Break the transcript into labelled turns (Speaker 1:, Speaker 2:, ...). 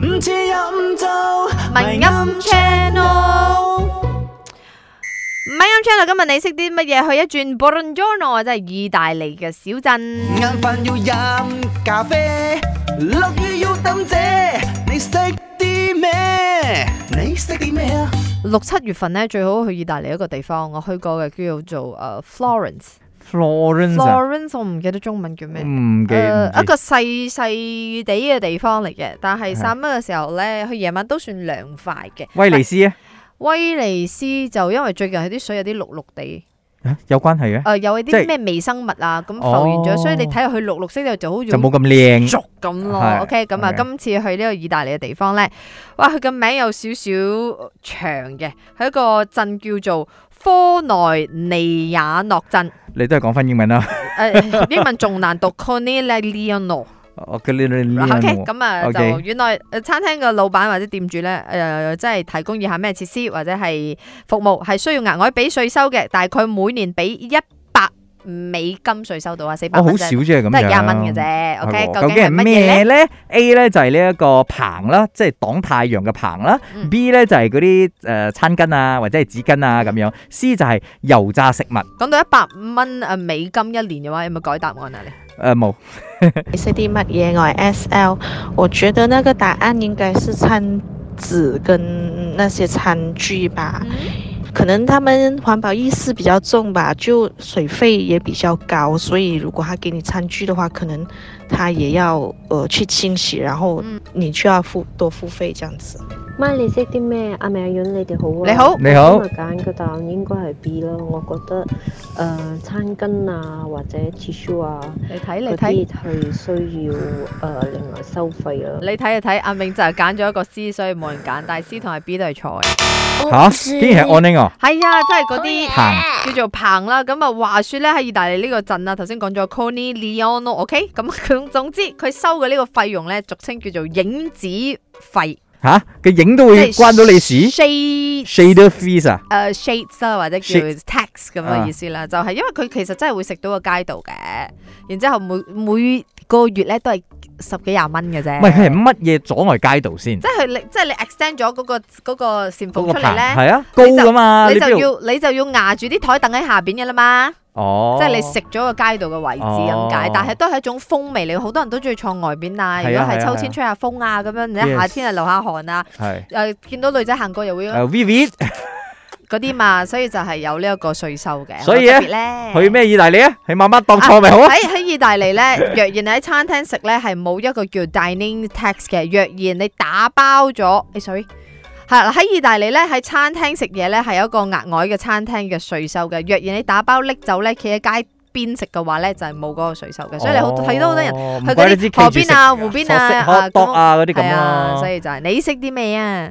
Speaker 1: 唔知飲酒，
Speaker 2: 咪噏 channel，唔係啱 channel。今日你識啲乜嘢？去一轉 b o r o n g i o n o 即係意大利嘅小鎮。
Speaker 1: 晏飯要飲咖啡，落雨要擔遮。你識啲咩？你識啲咩啊？
Speaker 2: 六七月份咧，最好去意大利一個地方，我去過嘅叫做誒 Florence。
Speaker 3: Florence à? Ừ, 啊
Speaker 2: Florence Ờ, à, 我唔記得中文叫咩。
Speaker 3: 唔記
Speaker 2: 誒
Speaker 3: 嗯唔
Speaker 2: 一
Speaker 3: 記
Speaker 2: 個細細地嘅地方嚟嘅，但係
Speaker 3: 係
Speaker 2: 散乜嘅時候咧，佢夜晚都算涼快嘅。
Speaker 3: 威尼斯啊，
Speaker 2: 威尼斯就因為最近佢啲水有啲綠綠地，
Speaker 3: 啊有關
Speaker 2: 誒、
Speaker 3: 係嘅，
Speaker 2: 有一
Speaker 3: 即
Speaker 2: 啲
Speaker 3: 係
Speaker 2: 咩微生物啊咁浮現咗，
Speaker 3: 哦
Speaker 2: 所以你睇落去綠綠色就就好似
Speaker 3: 就冇咁靚。
Speaker 2: 族咁咯
Speaker 3: 係。
Speaker 2: OK，咁啊，
Speaker 3: 係
Speaker 2: 今次去呢個意大利嘅地方咧，哇，佢個名有少少長嘅，佢一個鎮叫做科內尼亞諾鎮，
Speaker 3: 你都係講翻英文啦。
Speaker 2: 誒英文仲難讀 c o n e l i a n o
Speaker 3: 我嘅呢呢呢
Speaker 2: OK，咁啊
Speaker 3: OK
Speaker 2: 就原來誒餐廳嘅老闆或者店主咧，誒、即係提供以下咩設施或者係服務係需要額外俾税收嘅，大概每年俾一百美金税收到啊，四百
Speaker 3: 哦我好
Speaker 2: 蚊
Speaker 3: 少
Speaker 2: 啫，
Speaker 3: 啫，咁樣
Speaker 2: 都係廿蚊嘅。啫。OK，
Speaker 3: 係喎究竟
Speaker 2: 係
Speaker 3: 係
Speaker 2: 乜嘢咧
Speaker 3: 咩？咧？A 咧就係呢一個棚啦，即係擋太陽嘅棚啦。
Speaker 2: 嗯
Speaker 3: B 咧就係嗰啲誒餐巾啊，或者係紙巾
Speaker 2: Ừ.
Speaker 3: 啊咁樣。C à, 就係油炸食物。
Speaker 2: 講到一百蚊誒美金一年嘅話，有冇改答案啊？你
Speaker 3: 誒冇，
Speaker 4: 你識啲乜嘢？我係 SL，我覺得那個答案應該是餐紙跟那些餐具吧，可能他們環保意識比較重吧，就水費也比較高，所以如果他給你餐具的話，可能他也要呃去清洗，然後
Speaker 2: 嗯
Speaker 4: 你就要付多付費這樣子。
Speaker 5: 咪你識啲咩？阿美潤，你哋好啊！
Speaker 2: 你好
Speaker 3: 你好
Speaker 5: 今日揀嘅答案應該係 B 咯，我覺得誒、呃餐巾啊或者 tissue 啊
Speaker 2: 你睇你
Speaker 5: 嗰
Speaker 2: 睇
Speaker 5: 啲係需要誒、呃另外收費啊啦。
Speaker 2: 你睇就睇，阿明就係揀咗一個 C，所以冇人揀，但係 C 同埋 B 都係錯嘅。
Speaker 3: 嚇，竟然係 on à? 呢個
Speaker 2: 係啊，真係嗰啲。
Speaker 3: 棚。
Speaker 2: 叫做棚啦，咁啊話說咧喺意大利呢個鎮啊，頭先講咗 c o n i l e o n o o k 咁 咁總之佢收嘅呢個費用咧，俗稱叫做影子費，
Speaker 3: 嚇，佢影都會關到你事。
Speaker 2: shade
Speaker 3: Shader à? fees 啊，
Speaker 2: 誒呃 shades 啦，或者叫
Speaker 3: Shades 啊
Speaker 2: tax 咁嘅意思啦，就係因為佢其實真係會食到個街道嘅，然之後每每個月咧都係十幾廿蚊嘅啫。
Speaker 3: 唔係佢係乜嘢阻礙街道先？
Speaker 2: 即係你即係你 extend 咗嗰個嗰個線縫出嚟咧，
Speaker 3: 係啊，高噶嘛，
Speaker 2: 你
Speaker 3: 邊
Speaker 2: 就
Speaker 3: 度
Speaker 2: 要你就要壓住啲台凳喺下邊嘅啦嘛。
Speaker 3: 哦，
Speaker 2: 即係你食咗個街道嘅位置咁解
Speaker 3: 哦，
Speaker 2: 但係都係一種風味嚟，好多人都中意坐外邊啊。
Speaker 3: 係啊
Speaker 2: 如果係
Speaker 3: 係啊
Speaker 2: 秋
Speaker 3: 係
Speaker 2: 天
Speaker 3: 啊
Speaker 2: 吹下風啊，咁樣你一
Speaker 3: Yes
Speaker 2: 夏天係流下汗啊，
Speaker 3: 係
Speaker 2: 誒見到女仔行過又會
Speaker 3: 誒 Vivi
Speaker 2: 嗰啲嘛，所以就係有呢一個稅收嘅。
Speaker 3: 所以
Speaker 2: 好特
Speaker 3: 呢
Speaker 2: 別咧，
Speaker 3: 去咩意大利啊？去媽媽當菜咪好啊？
Speaker 2: 喺喺意大利 咧，若然你喺餐廳食咧，係冇一個叫 dining tax 嘅。若然你打包咗，誒 sorry。係啦喺意大利咧，喺餐廳食嘢咧係有一個額外嘅餐廳嘅税收嘅。若然你打包拎走咧，企喺街邊食嘅話咧，就係冇嗰個税收嘅。啊所以你好
Speaker 3: 哦
Speaker 2: 睇到好多人
Speaker 3: 人
Speaker 2: 去嗰啲河邊啊湖邊啊啊
Speaker 3: 啊嗰啲咁
Speaker 2: 係啊，所
Speaker 3: 咯。
Speaker 2: 以就係你識啲咩啊？